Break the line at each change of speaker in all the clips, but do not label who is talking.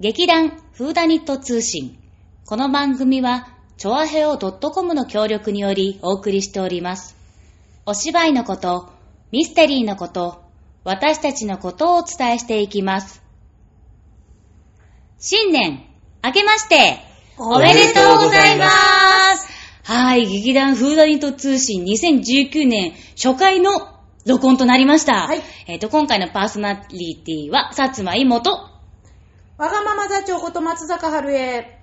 劇団フーダニット通信。この番組は、チョアヘオ .com の協力によりお送りしております。お芝居のこと、ミステリーのこと、私たちのことをお伝えしていきます。新年、明けまして、おめでとうございます。はい、劇団フーダニット通信2019年初回の録音となりました。
はい
えっ、と、今回のパーソナリティは、薩摩妹と、
わがまま座長こと松坂春江。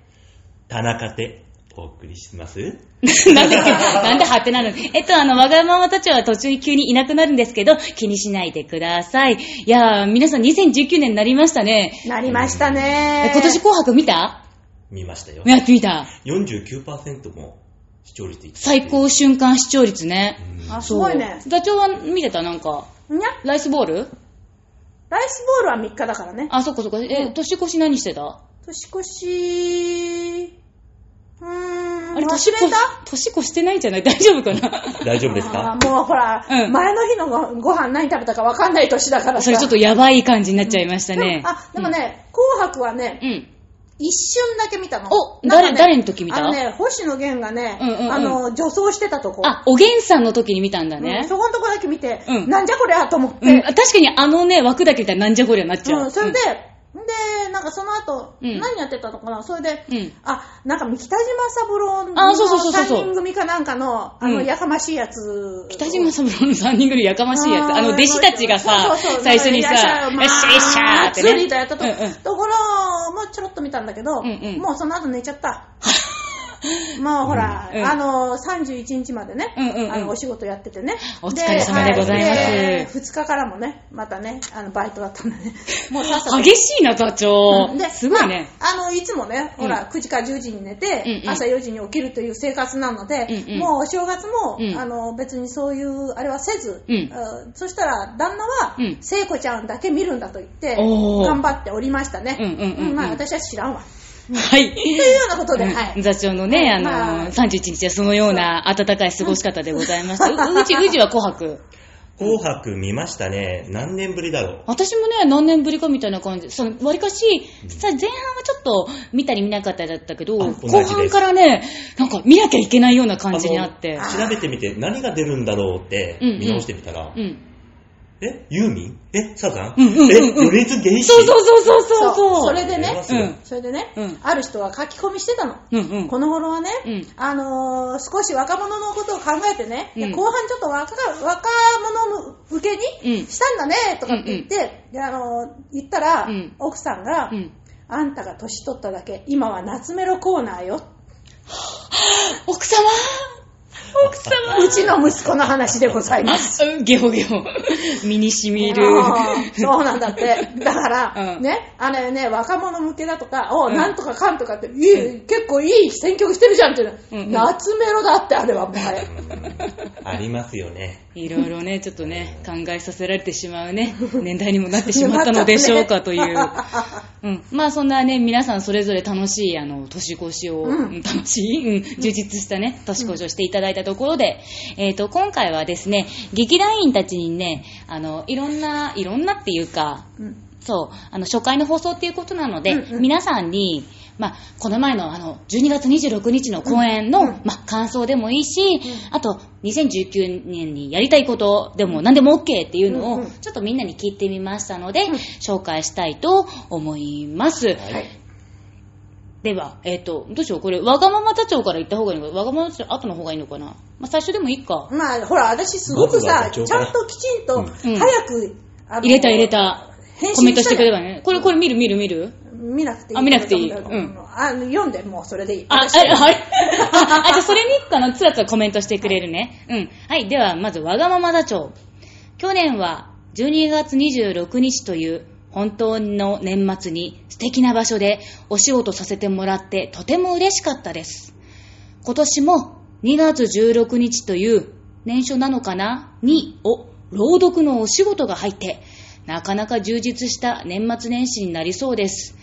田中でお送りします。
なんで、なんでハテなのえっと、あの、わがままたちは途中に急にいなくなるんですけど、気にしないでください。いやー、皆さん2019年になりましたね。
なりましたね
え。今年紅白見た
見ましたよ。
やってみた。
49%も視聴率いってる
最高瞬間視聴率
う
ね。
ん
あ、す
そう
ごいね。
座長は見てたなんか、
にゃ
ライスボール
ライスボールは3日だからね。
あ、そっかそっか。え、年越し何してた
年越し、うーん、
あれ、年
忘
越し
れた、
年越してないんじゃない 大丈夫かな
大丈夫です
あ
か
ーもうほら、
うん
前の日のごご飯何食べたか分かんない年だからさ。
それちょっとやばい感じになっちゃいました
でも
ね。
あ、でもね、紅白はね、
うん。
一瞬だけ見たの。
お
なんか
誰
ね
誰の時見た
あのね、星野源がね、
うんうんうん
あの、女装してたとこ。
あ、おげんさんの時に見たんだ
う
ね
ん。そこのとこだけ見て、
うん
なんじゃこりゃと思って、
うん、確かにあのね、枠だけみたいななんじゃこりゃなっちゃう。
うん、それで、で、なんかその後、
うん
何やってたのかなそれで、
うん
あ、なんか北島三郎の
あそうそうそうそうそう
3人組かなんかの、あの、
うん
やかましいやつ。
北島三郎の3人組やかましいやつ。
ー
あの、弟子たちがさ
そうそうそ、う
最初にさ、よっしゃ
いらっしゃい
いっしゃーって
ツーリーとや
ね
った。と,、
うんうん
ころもちょろっと見たんだけど、
うんうん
もうその後寝ち ゃった。もうほら、
うん
あの、31日までね、
うんうんうん
あの、お仕事やっててね。
お疲れ様でございます
2日からもね、またね、あの、バイトだったんで ね。もうさっさと
激しいな、座長。すごいね。
まああの、いつもね、ほら、
うん
9時か10時に寝て、
うんうん
朝4時に起きるという生活なので、
うんうん
もうお正月も、
うん
あの、別にそういう、あれはせず、
うん
うんそしたら、旦那は
うん、
聖子ちゃんだけ見るんだと言って、
おー
頑張っておりましたね。
うんうんうんうん
まあ、私は知らんわ。
はい。
というようなことで、は
う
い
ん。座長のね、あの、
まあ
31日はそのような暖かい過ごし方でございました。ううち、うちは紅白。
紅白見ましたね。何年ぶりだろ
私もね、何年ぶりかみたいな感じ。その、わりかし、さ、前半はちょっと見たり見なかったりだったけど、
あ同じです
後半からね、なんか見なきゃいけないような感じになって
あ。の調べてみて何が出るんだろうって
うんうん
見直してみたら、
うん。
え、ユーミンえ、サザン、
うんうんうん
え、米津玄師
そうそうそうそうそう
そう
そう。
それでね、
それはす
それでね、
うん
ある人は書き込みしてたの。
うんうん。
この頃はね、
うん
あのー少し若者のことを考えてね、で
うん
後半ちょっと若が若者向け
うん
にしたんだねとかって言って、であのー言ったら、
うん
奥さんが、
うん
あんたが年取っただけ、今は夏メロコーナーよ。
奥様奥様
うちの息子の話でございます。
うんゲホゲホ。身に染みる。
あーそうなん だって。だから、
うん
ね、あれね、若者向けだとか、おうなんとかかんとかって、いい、結構いい選曲してるじゃんっていうの、
うんうん
夏メロだって、あれはもは や。
うんありますよね。
いろいろね、ちょっとね、考えさせられてしまうね、年代にもなってしまったのでしょうかと いう。うん。まあそんなね、皆さんそれぞれ楽しい、あの、年越しを、
うん
うん楽しい、うん、充実したね、年越しをしていただいたところで、えっ、と、今回はですね、劇団員たちにね、あの、いろんな、いろんなっていうか、
うん
そう、あの、初回の放送っていうことなので、
うんうん
皆さんに、まあ、この前のあの、12月26日の公演の、
うんうん
まあ、感想でもいいし、あと、2019年にやりたいことでも何でも OK っていうの
う
を
んうん、
ちょっとみんなに聞いてみましたので、
うん
紹介したいと思います。
はい。
では、えっ、と、どうしよう、これ、わがまま座長から言った方がいいのか、わがまま座長後の方がいいのかな。まあ、最初でもいいか。
まあ、ほら、私すごく
僕
さ、
が
ち
社長か
ゃ
ら
んときちんと、
うん
早く、あの
入れた入れ。た。
返信したじゃん
コメントしてくればね。これ、これ見る見る見る
見なくていい。
あ見なくていい
あの
うん
あの読んで、もうそれでいい。
あ、あ
私は
はい。あ、じゃあそれに、あの、つらつらコメントしてくれるね。うん。はい。では、まず、わがまま座長。去年は、12月26日という、本当の年末に素敵な場所でお仕事させてもらってとても嬉しかったです。今年も2月16日という年初なのかなにを朗読のお仕事が入って、なかなか充実した年末年始になりそうです。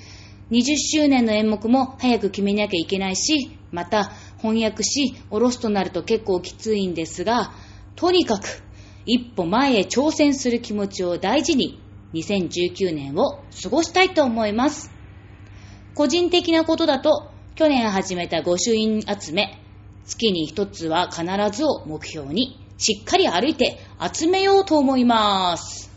20周年の演目も早く決めなきゃいけないし、また翻訳し、おろすとなると結構きついんですが、とにかく一歩前へ挑戦する気持ちを大事に、2019年を過ごしたいと思います。個人的なことだと、去年始めた御朱印集め、月に一つは必ずを目標に、しっかり歩いて集めようと思います。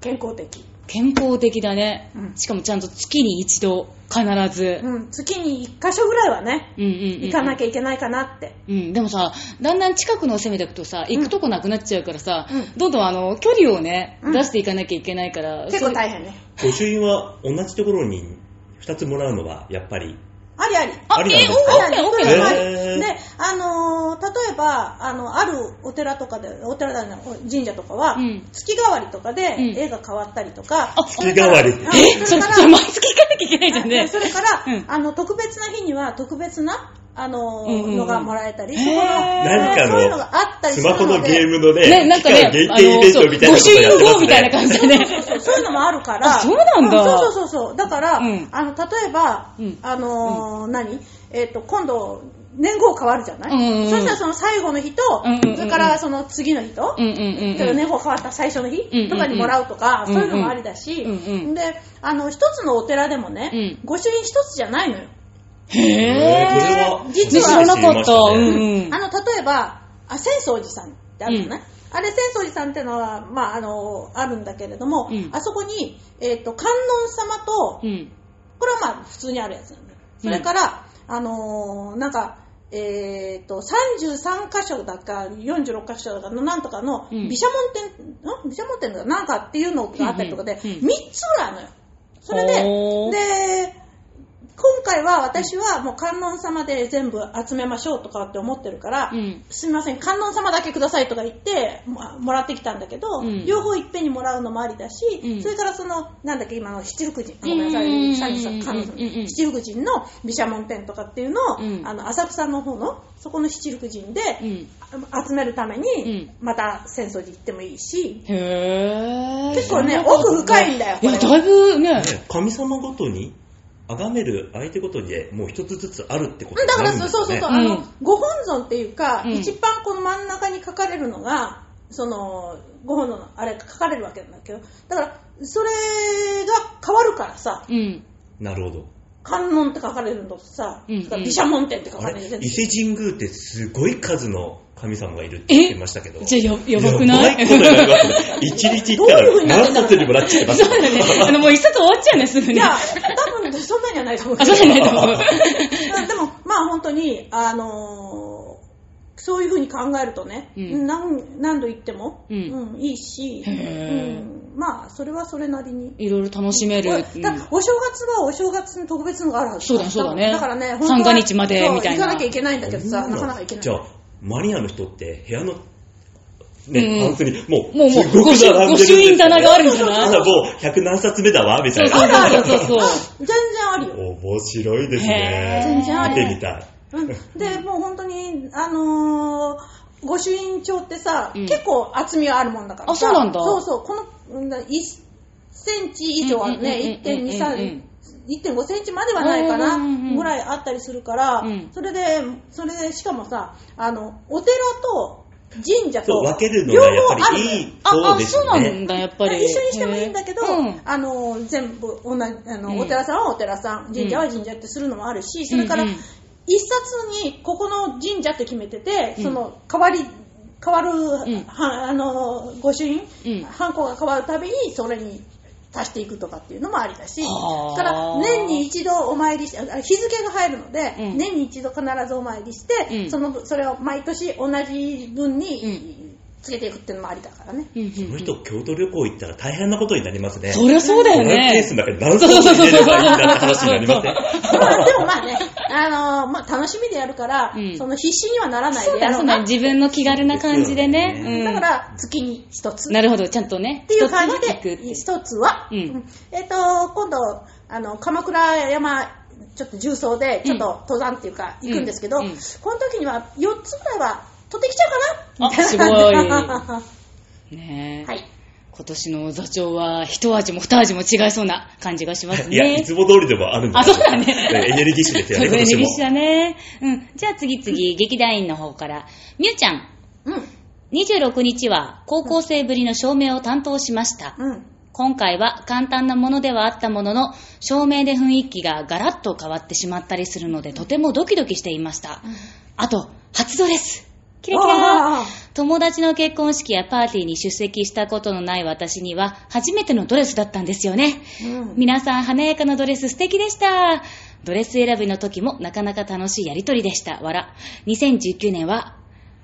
健康的。
健康的だね。
うん
しかもちゃんと月に一度、必ず。
うん、月に一箇所ぐらいはね、
うんうんうん、
行かなきゃいけないかなって。
うん、でもさ、だんだん近くのを攻めていくとさ、行くとこなくなっちゃうからさ、
うん
どんどんあの、距離をね、
うん
出していかなきゃいけないから、
結構大変ね。
御朱印は同じところに2つもらうのは、やっぱり。
ありあり。
あ、
あり
え
な
ー、
ん
オッ
です
ケ
か
ー、オッケーな
へ
はい
ー
の、
え
で、あのー例えば、あの、あるお寺とかで、お寺だね、神社とかは、
うん
月替わりとかで
ん
絵が変わったりとか、
あ
月替わり。
あ
えそ
そ
れ、
れから
それ毎月行かなきゃいけないじゃん
あ
ね。
それから、
うん
あの、特別な日には、特別な、あのー
うんうんうん
のがもらえた
へ
り、
ー
そういうの
なんか
そういうのがあった
の、ス
りするの
マ
で
ホのゲームのね、
ね、なんかね、
期間限
あ
定イベントみたいな
ご
こと
朱
や
印
ってま
法
す
みたいな
ね。
感じで ね。
そうそういうのもあるから。
あそうなんだ
そうそうそうそう。だから、
うん
あの、例えば、
うん
あのー何えっ、と、今度、年号変わるじゃない、
うんうんうん
そしたらその最後の日と、
うんうんうんうん
それからその次の日と、
うんうんうん
けど
うん。
年号変わった最初の日
うんうん
とかにもらうとか、
うんうん
そういうのもありだし、
うんうん
で、あの、一つのお寺でもね、
うん
御朱印一つじゃないのよ。
え
へ
ーそれは
実は
初めて
知らなかった
知りまし
うん
ね
あの、例えば、あ、浅草寺さんってあるのね。あれ、浅草寺さんってのは、まあ、あの、あるんだけれども、
うん
あそこに、えっ、と、観音様と、
うん。
これはまあ普通にあるやつなんだよそれから、あのーなんか、えっ、と、33箇所だか、46箇所だかの、なんとかの、
うん
毘沙門天、ん毘沙門天だかなんかっていうのがあったりとかで、
うんうんう
3
ん
つぐらいあるのよ。それで、
ほー
で、今回は私はもう観音様で全部集めましょうとかって思ってるから、
うん
すみません、観音様だけくださいとか言って、まもらってきたんだけど、
うん
両方いっぺんにもらうのもありだし、
うん
それからその、なんだっけ、今の七福神、
うん
ごめんなさ
うんうんうん
い、三十三観音様
うんうんうん
七福神の毘沙門天とかっていうのを、
うん
あの浅草の方の、そこの七福神で、
うん。
あ集めるために、
う
また浅草寺行ってもいいし、
へー。
結構ね、奥深いんだよ、
い
こ
や、
れ。
だいぶね、
ね神様ごとに、崇める相手ごとにでもう一つずつあるってこ
う
と
んだから
にな
そ
る
うんそうそうそう、
うん
あのご本尊っていうか、
うん
一番この真ん中に書かれるのがそのご本尊のあれが書かれるわけなんだけどだからそれが変わるからさ
うん。
なるほど。
観音って書かれるのとさ、
うんうん
それから毘沙門天って書
あ
かれ
れ
るやつ
伊勢神宮ってすごい数の神様がいるって言ってましたけど。
じゃあ、や、やばくない
やばいことになります ね。一日行った
どういう風
ら
になって
何冊
んだろう
にもなっちゃいます
そうだね。 あの、もう一冊終わっちゃうね、すぐに。
いや多分そんなにはないと思うけ
あ、
ど
そうじゃないと思う。
でもまあ本当にあのーそういうふうに考えるとね、
うん
何何度言っても、
うん
うんいいし、う
へー
ん、まあそれはそれなりに
いろいろ楽しめる。
おだお正月はお正月に特別のがあるはず
そうだそうだね
だからね、
三が日まで
本当は
みたいな
そう行かなきゃいけないんだけどさ、
うん
なかなか行けない。
じゃあ、マニアの人って部屋の、
うん
ね、パンツに、もう、
もう、も
すご
う、
く
御朱
並ん
印、御
でるんです
朱
よね
印棚があるんじゃ
た
ない
だもう、100何冊目だわ、みた
そう
い
そうそ
な。
うそうそう。
全然あるよ。
面白いです
へ
ね。
ー全
然あり
見てみたい。
うん、で、もう本当に、あのー、御朱印帳ってさ、
うん
結構厚みはあるもんだからさ。
あそうなんだ
そうそう、この、うん1センチ以上はね、
うんうんうんうんうんうん
1.2、3、1.5センチまではないか
うんうんうんう
な、
ん
ぐらいあったりするから
うん、
それで、それで、しかもさ、あの、お寺と神社
そう、
と、
分けるのがやっぱりいい
あ、
方
あ、
です
そうな
ね。
んだ、やっぱり。
一緒にしてもいいんだけど、
うん
あの全部同じあの、
うん
お寺さんはお寺さん神社は神社ってするのもあるし、それから
うんうん
一冊にここの神社って決めてて、その変わり変わる、
ん
はあの御朱印、
うん
ハンコが変わるたびにそれに足していくとかっていうのもありだし
はあ
ただ年に一度お参りしてあ日付が入るので、
うん
年に一度必ずお参りして、
うん
そのそれを毎年同じ分
う
につけていくっていうのもありだからね。
うんうん
こ
う
の
ん
人、京都旅行行ったら大変なことになりますね。
そりゃそうだよ
ワンケー
ね。
スの中に何冊入れればいいんだって話になりません。
まあでもまあね、あのーまあ楽しみでやるから、
うん
その必死にはならない
そう
で
だ、
やろ
そううだ、
な。
自分の気軽な感じでね。
そう
うん
だから月に一つっ
なるほど、ちゃんとね。
ていう感じ
一つは行くっ
で、
ていう
一つは、
うん
えっ、と、今度、あの、鎌倉山、ちょっと重曹で、ちょっと登山っていうか、行くんですけど、
うんうん
この時には4つぐらいは取ってきちゃうかなみたいな
あね
感じ
え
はい。
今年の座長は、一味も二味も違いそうな感じがします
いや、
ね
い。つも通りでもあるんで
あ、
す
そ
よ
うだね。
エネルギッシュですよ
そう
ね、今
エネル
年
ギ
も
ッ。シュだね。うん。じゃあ次々、劇団員の方から。みゆちゃん、
うん。
26日は高校生ぶりの照明を担当しました。
うん。
今回は簡単なものではあったものの、照明で雰囲気がガラッと変わってしまったりするので、とてもドキドキしていました。あと、初ドレス。キラキラ
あ
友達の結婚式やパーティーに出席したことのない私には、初めてのドレスだったんですよね。
ーうん
皆さん華やかなドレス素敵でした。ドレス選びの時もなかなか楽しいやりとりでした。わら。2019年は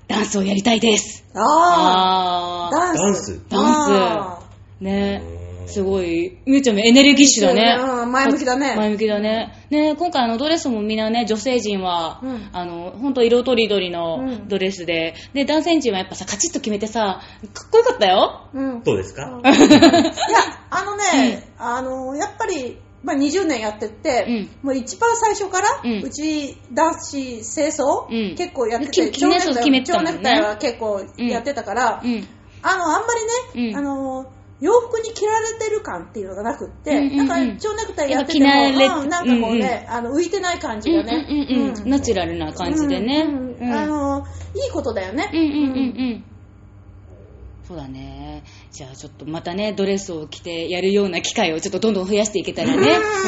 ダンスをやりたいです。
あー
あ
ダンス。
ダンス
ダン
ス。
ー。ねすごい、みゆちゃんもエネルギッシュだ
そうだねう
ね。
ん前向きだね
前向きだね。ね今回あのドレスもみんなね、女性陣は、
うん
あの、ほんと色とりどり
う
の
ん
ドレスで、で、男性陣はやっぱさ、カチッと決めてさ、かっこよかったよ。
うん。
どうですか
いや、あのね、あの、やっぱり、まあ、20年やってって、もう一番最初から、
う
うんち男子清掃、
うん
結構やって
き
て、
きねそう決めてたも
蝶
んね
ネクタイは結構やってたから、
うん。
あの、あんまりね、
うん
あの、洋服に着られてる感っていうのがなくって、
うんうんうん
なんか蝶ネクタイやってても、
やっぱ着慣れて
うんなんかこうね、あの浮いてない感じがね、
うんうんうんうん、ナチュラルな感じでね。
うん
うん
あの、いいことだよね。
うんうんうんうん。そうだね。じゃあちょっとまたね、ドレスを着てやるような機会をちょっとどんどん増やしていけたらね。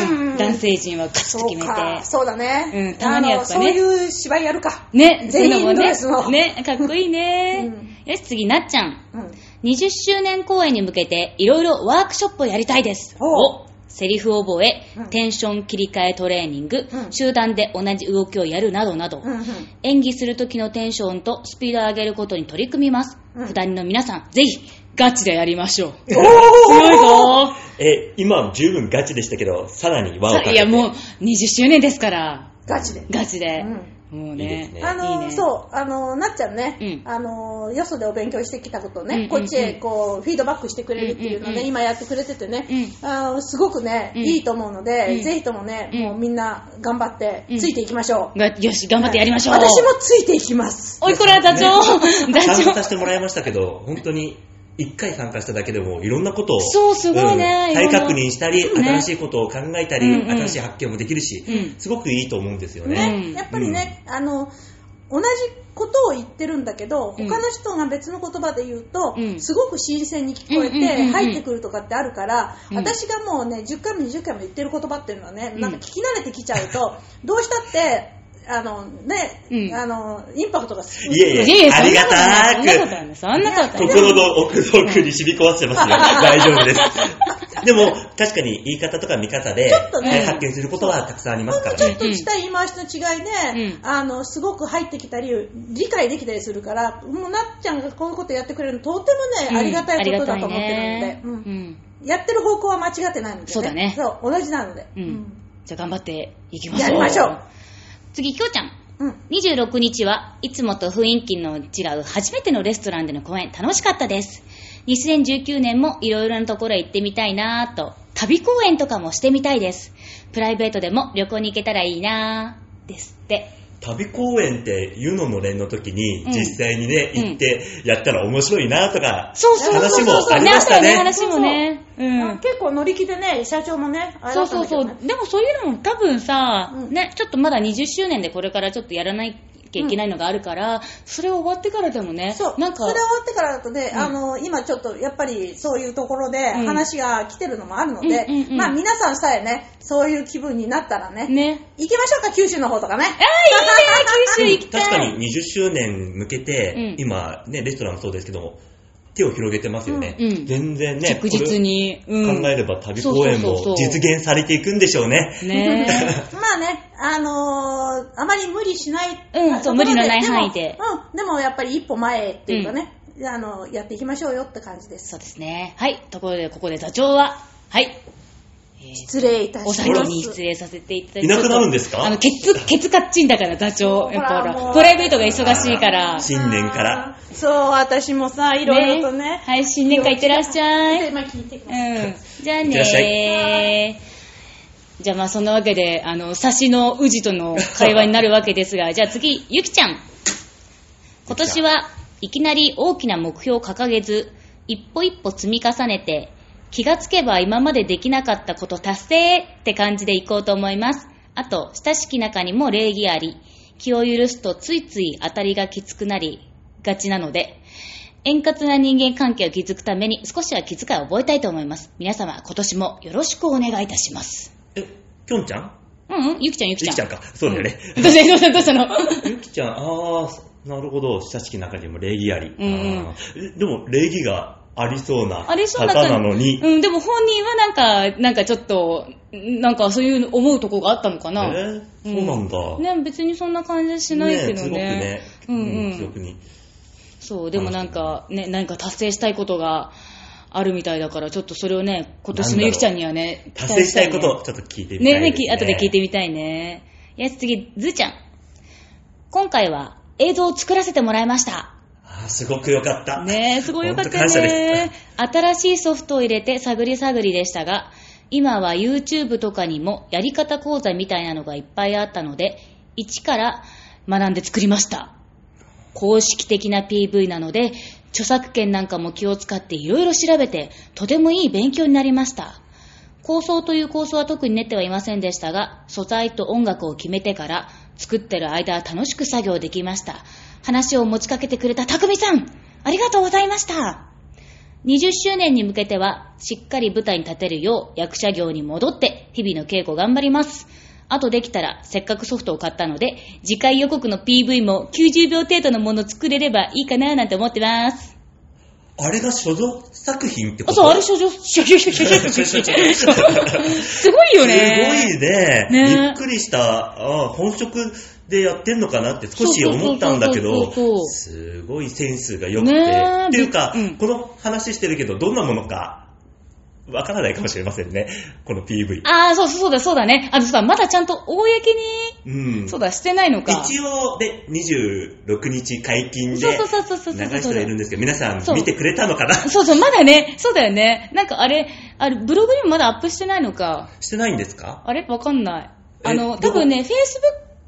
うん
うん男性陣はカチッと
そう
決
か、
め
そうだね。
うんたまにやっぱね
あのそういう芝居やるか。
て。ね、
全員
そういうのも
ド
ね
レスの
ね、かっこいいね。よし、次、なっちゃん。
うん。
20周年公演に向けて、いろいろワークショップをやりたいです。
ほう
セリフ覚え
うん、
テンション切り替えトレーニング、
うん
集団で同じ動きをやるなどなど、
うんうん
演技する時のテンションとスピードを上げることに取り組みます。
うん
普段の皆さん、ぜひ、ガチでやりましょう。
おー
強いぞ
え、今十分ガチでしたけど、さらに輪をかけ
ー
て。
いや、もう、20周年ですから、
ガチで。
ガチで。もう
いいで
ね
す。ね
あの
いいね
そう、あのなっちゃんね、
うん
あのよそでお勉強してきたことをね、
うんうんうん
こっちへこうフィードバックしてくれるっていう
う
ので、
んうんうん
今やってくれててね、
う
あのすごくね、
うん
いいと思うので、
うん
ぜひともね、
うん
もうみんな頑張って
うん
ついていきましょう。
がよし、頑張ってやりましょう。
私もついていきます。
おい、これはダチョ ウダ
参
チョウ
加させてもらいましたけど、本当に、一回参加しただけでも、いろんなことを、
そうすごいね
うん
いろ
再
んな
確認したり、
そうね
新しいことを考えたり、
うんうん
新しい発見もできるし、
うん
すごくいいと思うんですよね。
ね、やっぱりね、あの同じことを言ってるんだけど、
うん
他の人が別の言葉で言うと、
うん
すごく新鮮に聞こえ
うんうんうんうん
て入ってくるとかってあるから、
うん
私がもうね10回も20回も言ってる言葉っていうのはね、
うん
なんか聞き慣れてきちゃ うとどうしたってあのね、
うん
あのインパクトがす
いえ
いえいえ、
ありが
そんなこと
た
はないそんなことはないそんなことはない。
心の奥底に染み込ませてますね。 大丈夫です。でも、確かに言い方とか見方で、
ちょっとね
再発見することはたくさんありますから
ちょっ
ね。
とした言い回しの違いで、
うん
あのすごく入ってきたり理解できたりするからもうなっちゃんがこういうことやってくれるのとてもね、
うん
ありがたいことだと思ってるの
ありがたいね
で。うん
うん
やってる方向は間違ってないので、ね。
そうだね
そう、同じなので。
うんじゃあ頑張っていきましょう。
やりましょう。
次、きょうちゃん。
うん。
26日はいつもと雰囲気の違う初めてのレストランでの公演楽しかったです。2019年もいろいろなところへ行ってみたいなぁと、旅公演とかもしてみたいです。プライベートでも旅行に行けたらいいなぁ、ですって。
旅公演って、湯ののれんの時に、
うん
実際にね、
うん
行って、やったら面白いなとか、
そうそうそう
話
そう
もありましたね。
話もね。うん。
結構乗り気でね、社長もね、あれ
そう
だったん
そう
だ
そ
けど
う。
ね
でもそういうのも多分さ、
うん
ね、ちょっとまだ20周年でこれからちょっとやらなきゃいけないのがあるから、それ終わってからでもね、
そう。
なんか
それ終わってからだとね、
うん
あの、今ちょっと、やっぱり、そういうところで
うん
話が来てるのもあるので、
うんうんうん
まあ皆さんさえね、そういう気分になったらね、
ね。
行きましょうか、九州の方とかね。
あーいいね、九州行きたい。
確かに20周年向けて、
うん
今、ね、レストランもそうですけども、手を広げてますよね。
うん
全然ね、
確実に。
これ
うん、
考えれば旅公演
そうそうそうそ
も
う
実現されていくんでしょうね。
ね
まあね、あのーあまり無理しない。
うんそう
ところで
無理のない範囲で
もうん、でもやっぱり一歩前っていうかね、あの、やっていきましょうよって感じです。
そうですね。はい。ところで、ここで座長は、はい。えー
失礼いたします。
お先に失礼させていただき
いなくなるんですか
あの、ケツ、ケツカッチンだから、座長。やっぱほ
ほらも
ら、
う
プライベートが忙しいから。
新年から。
そう、私もさ、いろいろとね。
はい、新年会いってらっしゃい。
今聞いてください。
うん。じゃあ
いってらっし
ねー。じゃあまあそんなわけで、あの、差しの宇治との会話になるわけですが、じゃあ次、ゆきちゃん。今年はいきなり大きな目標を掲げず、一歩一歩積み重ねて、気がつけば今までできなかったこと達成って感じでいこうと思います。あと、親しき中にも礼儀あり、気を許すとついつい当たりがきつくなりがちなので、円滑な人間関係を築くために少しは気遣いを覚えたいと思います。皆様、今年もよろしくお願いいたします。
え、きょんちゃん
うんうん、ゆきちゃん、ゆき
ゆ
ちゃ
き
ん。
ちゃんか。そうだ よね。
どうしたどうしたどうしたの
ゆきちゃん、ああ、なるほど。親しき中にも礼儀あり。
うん
あーえでも、礼儀がありそうな
ありそ
方
うな感じ
なのに。
うん、でも本人はなんか、なんかちょっと、なんかそういう思うとこがあったのかな。
えーそうなんだ。
ね、別にそんな感じしないけどね。
ねすごくね、
うんうん
記憶に。
そう、でもなんか、ね、何か達成したいことがあるみたいだから、ちょっとそれをね、今年のゆきちゃんにはね、
達成したいこ
ね
とをちょっと聞いてみたい
ねねき後で聞いて
み
みたいね。いや、次、ずーちゃん。今回は映像を作らせてもらいました。
あーすごくよかった。
ねえ、すごいよかった
本当感謝で
ね。新しいソフトを入れて探り探りでしたが、今は YouTube とかにもやり方講座みたいなのがいっぱいあったので、一から学んで作りました。公式的な PV なので、著作権なんかも気を使っていろいろ調べて、とてもいい勉強になりました。構想という構想は特に練ってはいませんでしたが、素材と音楽を決めてから、作ってる間は楽しく作業できました。話を持ちかけてくれたたくみさんありがとうございました20周年に向けては、しっかり舞台に立てるよう、役者業に戻って、日々の稽古頑張ります。あとできたら、せっかくソフトを買ったので、次回予告の PV も90秒程度のもの作れればいいかななんて思ってます。
あれが所蔵作品ってこ
あ、
と
そう、あれ、少 女、シャキシャキシャキシャキシャ キシャキすごいよね。
すごいね
ね
びっくりした。あー本職でやってんのかなって少し思ったんだ
そう
け
そう
ど
そうそうそう、
すごいセンスが良くて。
ねえ
っていうか、
うん
この話してるけど、どんなものか、わからないかもしれませんね。この PV。
あー、そうそうそうだ、そうだね。あのさ、まだちゃんと公に、
うん。
そうだ、してないのか。
一応、で、26日解禁で、
そう
長
そうそう
い
そうそうそう
人がいるんですけど、皆さ
そうん
見てくれたのかな
そうそう、まだね、そうだよね。なんかあれ、あれ、ブログにもまだアップしてないのか。
してないんですか
あれわかんない。
え
あの、多分ね、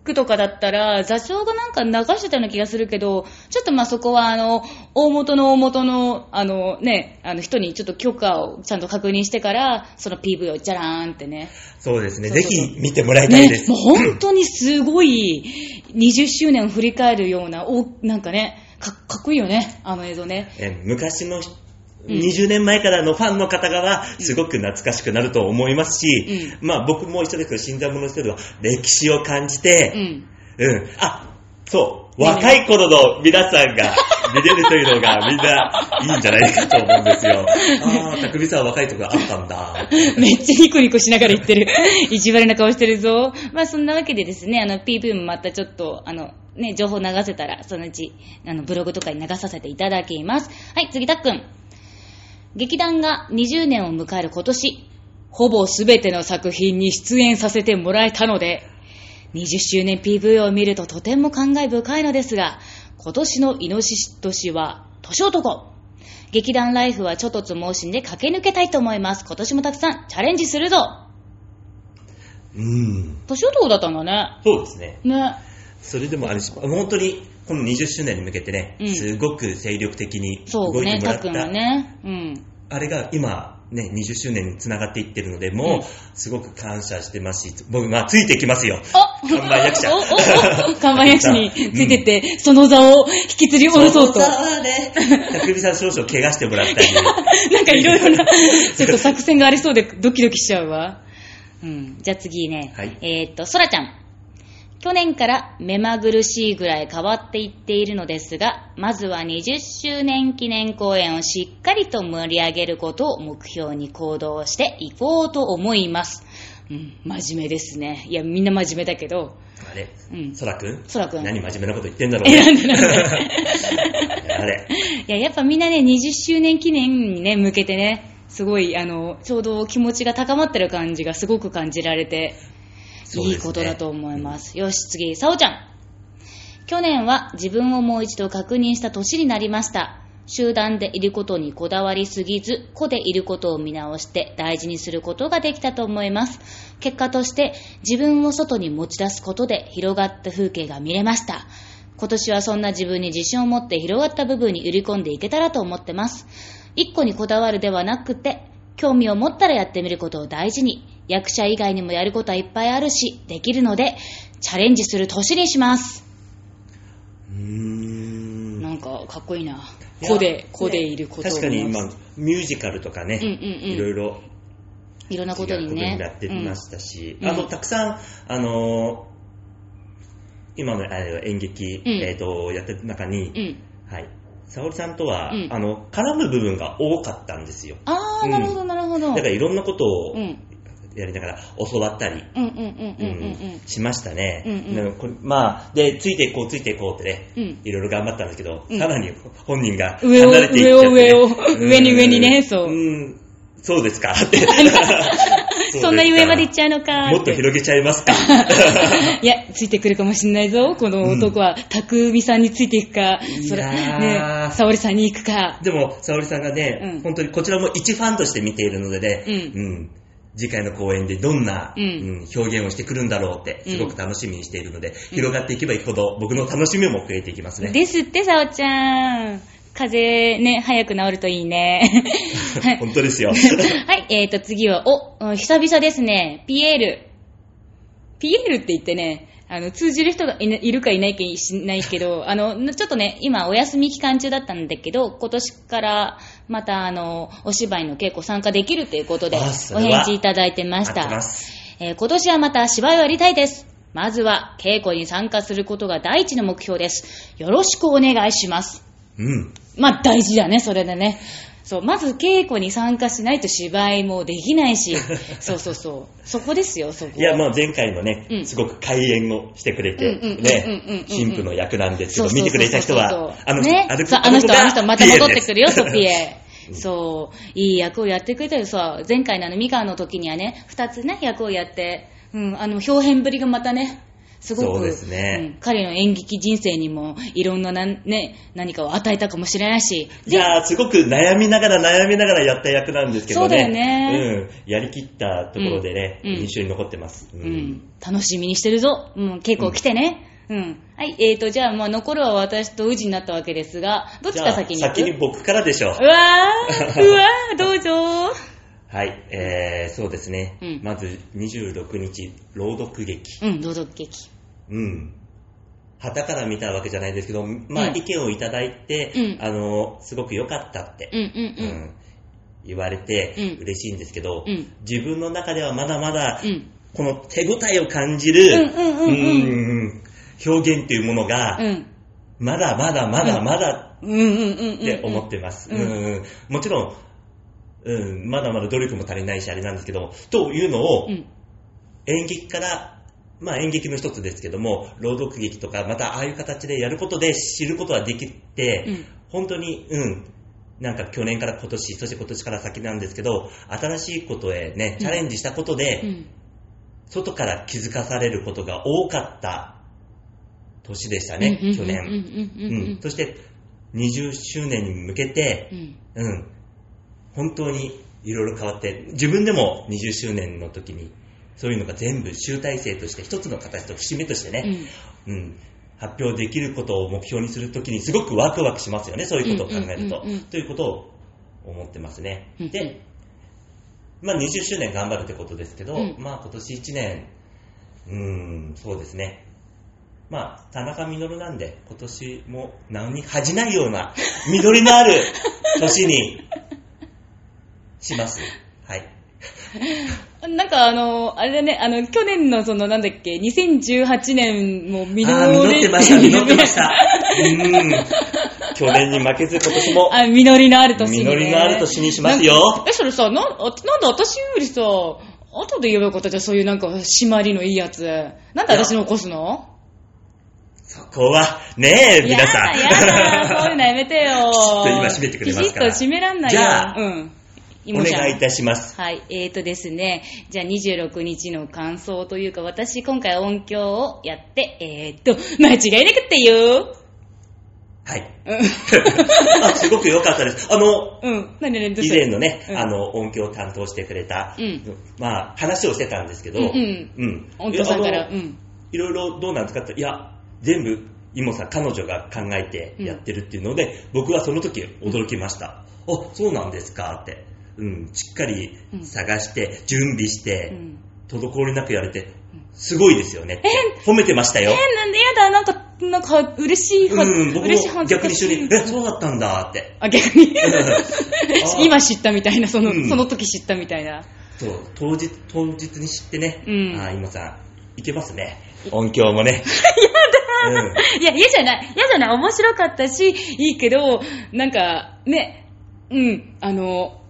Facebook とかだったら、座長がなんか流してたような気がするけど、ちょっとまあそこは、あの、大元の大元の、あのね、あの人にちょっと許可をちゃんと確認してから、その PV をじゃらーんってね。
そうですね。
そう
ぜ
そうそう
ひ見てもらいたいです
もう。本当にすごい、20周年を振り返るような、お、なんかね、かかっこいいよね、あの映像ね。
え昔の人
うん
20年前からのファンの方がはすごく懐かしくなると思いますし、まあ僕も一緒ですけど、新参者の人では歴史を感じ
う
て、
ん。
うん、あ、そう、
ね
若い頃の皆さんが見れるというのが みんないいんじゃないかと思うんですよ。ああ、たくみさんは若いところあったんだ。
めっちゃニコニコしながら言ってる。 意地悪な顔してるぞ。まあそんなわけでですね、あの PV もまたちょっと、あの、ね、情報流せたら、そのうち、あの、ブログとかに流させていただきます。はい、次たっくん。劇団が20年を迎える今年、ほぼすべての作品に出演させてもらえたので、20周年 PV を見るととても感慨深いのですが、今年のイノシシ年は、年男。劇団ライフはちょっとつ盲信で駆け抜けたいと思います。今年もたくさんチャレンジするぞ
うん、
年男だったんだね。
そうですね。
ね。
それでもあれし、本当にこの20周年に向けてね、
うん
すごく精力的に
そ
動
う
いて
ね、
も
た
ら
っ
っ
くんは
た
ね。うん。
あれが今、ね、20周年につながっていってるので、もう
うん、
すごく感謝してますし、僕、まあ、ついてきますよ。
お
看板役者
おおお看板役者についてって、その座を引きずり下ろそうと。な
はね、たくみさん少々怪我してもらったり、
んかいろい ろ な、ちょっと作戦がありそうでドキドキしちゃうわ。うん。じゃあ次ね。
はい
えーっと、そらちゃん。去年から目まぐるしいぐらい変わっていっているのですが、まずは20周年記念公演をしっかりと盛り上げることを目標に行動していこうと思います。うん、真面目ですね。いや、みんな真面目だけど。
あれ
うん、
そらくん
そらくん
何真面目なこと言ってんだろう
え、
ね。
なんでなんで
あれ
いや、やっぱみんなね、20周年記念にね、向けてね、すごい、あの、ちょうど気持ちが高まってる感じがすごく感じられて、
そうで
い
すね
いことだと思います。よし、次、さおちゃん。去年は自分をもう一度確認した年になりました。集団でいることにこだわりすぎず、個でいることを見直して大事にすることができたと思います。結果として自分を外に持ち出すことで広がった風景が見れました。今年はそんな自分に自信を持って広がった部分に売り込んでいけたらと思ってます。一個にこだわるではなくて、興味を持ったらやってみることを大事に、役者以外にもやることはいっぱいあるし、できるので、チャレンジする年にします。
うーん。
なんか、かっこいいな。子で、子でいることを
確かに今、ミュージカルとかね、
うんうんうん
いろいろ
いろんなことに
違うこ
ね。
となってましたし、
うん
あとたくさん、あのー今のあの演劇、
うん
えっ、と、やってる中に、
うん。うん
はい、沙織さんとは、
うん
あの、絡む部分が多かったんですよ。
あー、
うん
なるほど、なるほど。
だからいろんなことを
うん。
やりながら教わったり、
うんうんうんうんうん
しましたね。
うんうん
なのでこれまあ、で、ついていこう、ついていこうってね、
うん。うん。
いろいろ頑張ったんですけど、
うん
さらに本人が
上を
離れていっちゃって、
上を上を上に上にねそう
うん、そうです かって。
そんなゆえまで行っち
ゃ
ゃうのか。
もっと広げちゃいますか。
いや、ついてくるかもしんないぞ。この男は、匠さんについていくか、それ、
いやー
ね、沙織さんに行くか。
でも、沙織さんがね、
うん
本当にこちらも一ファンとして見ているのでね、
うん
ん次回の公演でどんな、
うん
うん表現をしてくるんだろうって、すごく楽しみにしているので、広がっていけばいくほど、僕の楽しみも増えていきますね。
ですって、沙織ちゃん。風邪ね、早く治るといいね。 はい
本当ですよ。
はい、えーと、次は、お、うん久々ですね。ピエール。ピエールって言ってね、あの、通じる人がいないるかいないかしないけ ど、あの、ちょっとね、今お休み期間中だったんだけど、今年からまたあの、お芝居の稽古参加できるということで、お
あそれは
返事いただいてまし
合ったて。ます
えー今年はまた芝居をやりたいです。まずは稽古に参加することが第一の目標です。よろしくお願いします。
うん。
まあ大事だね、それでね。そう、まず稽古に参加しないと芝居もできないし、そうそうそう。そこですよ、そこ。
いや、もう前回もね、
うん
すごく開演をしてくれ
うんうんうんう
て、
んうんうん
ね、神父の役なんですけど、見てくれた人は、あの人、
ね、
歩く
そうあの人、あの人、また戻ってくるよ、ソ
ソ
ピエ。そう、いい役をやってくれたよ、さ、前回のあの、ミカの時にはね、二つね、役をやって、うん、あの、表現ぶりがまたね、すごく、
そうですね
うん彼の演劇人生にも、いろんななん、ね、何かを与えたかもしれないし、
いやー、すごく悩みながら悩みながらやった役なんですけどね。
そうだよね。
うん。やりきったところでね、
うんうん
印象に残ってます。う
うん。楽しみにしてるぞ。うん、結構来てね。うん。はい、えーと、じゃあ、まあ、残るは私と宇治になったわけですが、どっち
じ
か
ゃあ
先に行く
先に僕からでしょう
う。わー、うわー、どうぞ
はい、えー、そうですね。
うん
まず26日、朗読劇。
うん、朗読劇。
うん。旗から見たわけじゃないですけど、まあ、
うん
意見をいただいて、
うん
あの、すごく良かったって
う、んうん
う
うん。
ん言われて
うん
嬉しいんですけど、
うん
自分の中ではまだまだ
うん。
この手応えを感じる、
うんうんうんうん
うん表現っていうものが、
うん。
まだまだまだまだ
うんうんうんうん。
って思ってます。
う
うんんもちろん、うん、まだまだ努力も足りないしあれなんですけど、というのを、
うん。
演劇から、まあ演劇の一つですけども、朗読劇とか、またああいう形でやることで知ることはできて、
うん
本当に、うん、なんか去年から今年、そして今年から先なんですけど、新しいことへね、チャレンジしたことで、
うん。
外から気づかされることが多かった年でしたね、去
うんう
年。
んうんう
うん
ん
そして、20周年に向けて
う、ん。
うん、本当にいろいろ変わって、自分でも20周年の時に、そういうのが全部集大成として、一つの形と節目としてね、うん発表できることを目標にするときに、すごくワクワクしますよね、そういうことを考える
うん
と
うんうんうん。
ということを思ってますね。
うんうん
で、まあ、20周年頑張るってことですけど、
うん
まあ今年1年、うーん、そうですね。まあ、田中稔なんで、今年も何に恥じないよう な、緑のある年にします。はい。
うんなんかあの、あれだね、あの、去年のその、なんだっけ、2018年も実
ああ、実ってました、 実ってました。
た。
うーん。去年に負けず、今年も。
あ、実りのある年にね、
実りのある年にしますよ
なんかえ、それさ、な、あなんで私よりさ、後で言えばよかったじゃん、そういうなんか、締まりのいいやつ。なんで私の起こすの
そこは、ねえ、
いや
皆さん。
だやだ、そういうのやめてよ。
きちっと今締めてくれますから
きちっと締めらんないよ。
じゃあ
うん。
お願いいたします。
はい、えーとですね、じゃあ26日の感想というか、私今回音響をやって、えーと、 間違いなくってよ。
はい。
うん。
あすごく良かったです。あの、
うん。何々どう
以
した
前のね、
うん
あの、音響を担当してくれた、
うん
まあ、話をしてたんですけど、
うんうん
うん
音響さんか
いや
ら、
あ
う
の
ん。
いろいろどうなんですかって、いや、全部、イモさん、彼女が考えてやってるっていうので、僕はその時驚きました。あ、そうなんですかって。うん、しっかり
うん
探して、準備し
う
て、
ん
滞りなくやれて、すごいですよねって。褒めてました
え
よ。
ーなんでやだ、なんか、なんか、嬉しいは、
うん、僕
嬉しいは
も
ず
逆
か
に
し
一緒
い
に、え、そうだったんだって。
あ、逆 に
ー
今知ったみたいな、その、
うん
その時知ったみたいな。
そう、当日、当日に知ってね、
うん
あー今さん、いけますね。音響もね。やだ、
い や、嫌じゃない。嫌じゃない。面白かったし、いいけど、なんか、ね、うん、あの、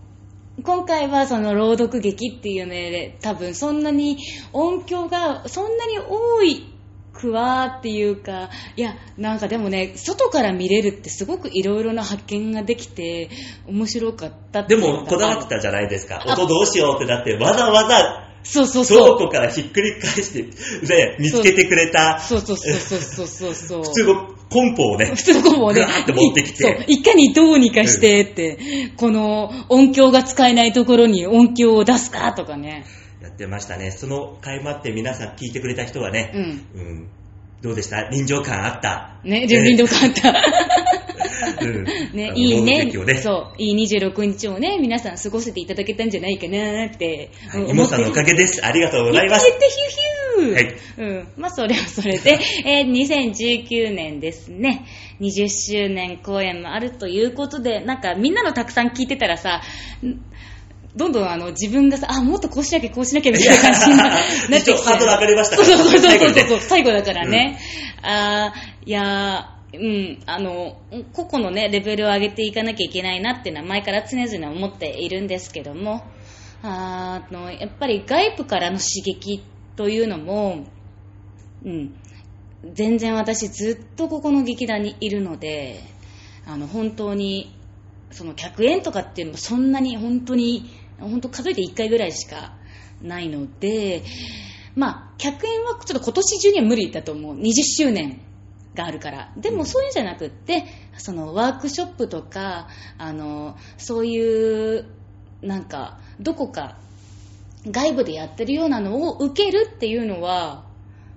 今回はその朗読劇っていうので、多分そんなに音響がそんなに多い。くわーっていうか、いや、なんかでもね、外から見れるってすごくいろいろな発見ができて、面白かったって
で
いうのが
も、こだわってたじゃないですか。
あ
音どうしようってだって、わざわざ
そうそう
倉
そう。
庫からひっくり返して、ね、見つけてくれた、
そうそうそうそうそうそう。
普通のコンポをね
普、通のコンボをね
ガーッて持ってきて
そう、いかにどうにかしてって、この音響が使えないところに音響を出すかとかね。
やってましたね。その会もあって皆さん聞いてくれた人は
う
ね、
ん。
うん、どうでした臨場感あった。
ね、準備でよかった。
うん
ね
あ、の
いい
朗
ね
読劇をね。
そう、いい26日をね、皆さん過ごせていただけたんじゃないかなって。
はい
うん
イモさんのおかげです。ありがとうございま
言
す。
ってヒューヒュー。
は
う
い
ん。まあ、それはそれで、 えー2019年ですね。20周年公演もあるということで、なんかみんなのたくさん聞いてたらさ、んどんどんあの自分がさ、あ、もっとこうしなきゃこうしなきゃみたいな感じにななってきて。
一応ハードル上がりました
そ
か
う
ら
そうそう
最
そ
後
う
にね
そう、最後だからね。あーいやーうん、あの、個々のね、レベルを上げていかなきゃいけないなっていうのは前から常々思っているんですけども、あーあの、やっぱり外部からの刺激というのも、うん、全然私ずっとここの劇団にいるので、あの、本当に、その客演とかっていうのもそんなに本当に、本当数えて1回ぐらいしかないので、まあ、客演はちょっと今年中には無理だと思う。20周年があるから。でもそういうんじゃなくって、そのワークショップとか、あの、そういう、なんか、どこか外部でやってるようなのを受けるっていうのは、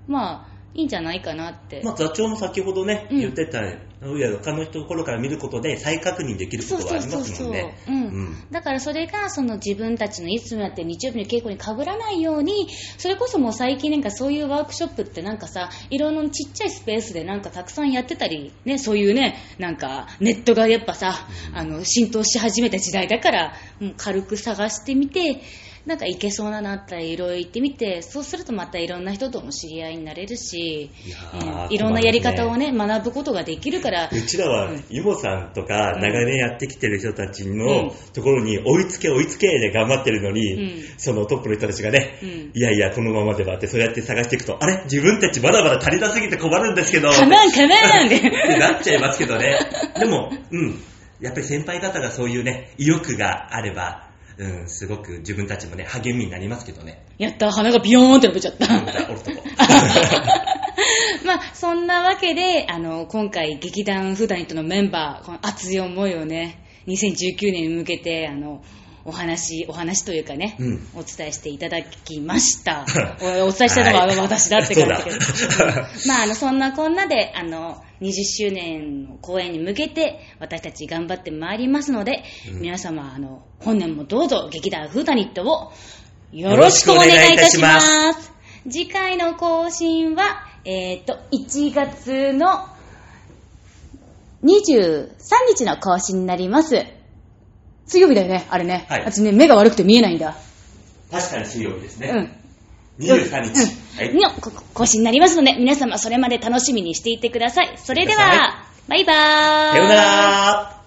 まあ、いいんじゃないかなって。
まあ、座長も先ほどね、
うん
言ってた、いや他の人の頃から見ることで再確認できることがありますも
そ
んね。
うそうそうそううんだからそれがその自分たちのいつもやってる日曜日の稽古にかぶらないようにそれこそもう最近なんかそういうワークショップってなんかさいろんなちっちゃいスペースでなんかたくさんやってたりねそういうねなんかネットがやっぱさあの浸透し始めた時代だからもう軽く探してみてなんか行けそうなのあったらいろいろ行ってみてそうするとまたいろんな人とも知り合いになれるし
いやー
うんいろんなやり方をね学ぶことができるから
うちらは、イモさんとか、長年やってきてる人たち
うん
のところに、追いつけ追いつけで頑張ってるのに、
うん
そのトップの人たちがね、
うん
いやいや、このままではって、そうやって探していくと、あれ自分たちまだまだ足りなすぎて困るんですけど、
か
っ
なんかなんで
てなっちゃいますけどね。でも、うん。やっぱり先輩方がそういうね、意欲があれば、うん、すごく自分たちもね、励みになりますけどね。
やった、鼻がビヨーンって伸びちゃ った。
うん折ると こ。
まあ、そんなわけで、あの、今回、劇団普段とのメンバー、この熱い思いをね、2019年に向けて、あの、お話、お話というかね、
うん
お伝えしていただきま した。おお伝えしたのは
はい
私だって感じですけど。
そうだ
まあ、あの、そんなこんなで、あの、20周年の公演に向けて、私たち頑張ってまいりますので、
うん
皆様、あの、本年もどうぞ、劇団フータニットを、よろしくお願いいたします。次回の更新は、えっ、と、1月の23日の更新になります。水曜日だよね、あれね。
はい
あっちね、目が悪くて見えないんだ。
確かに水曜日ですね。
うん。
23日。はい。
のこ更新になりますので、皆様それまで楽しみにしていてください。それで
は
は、バイバーイ。
さようなら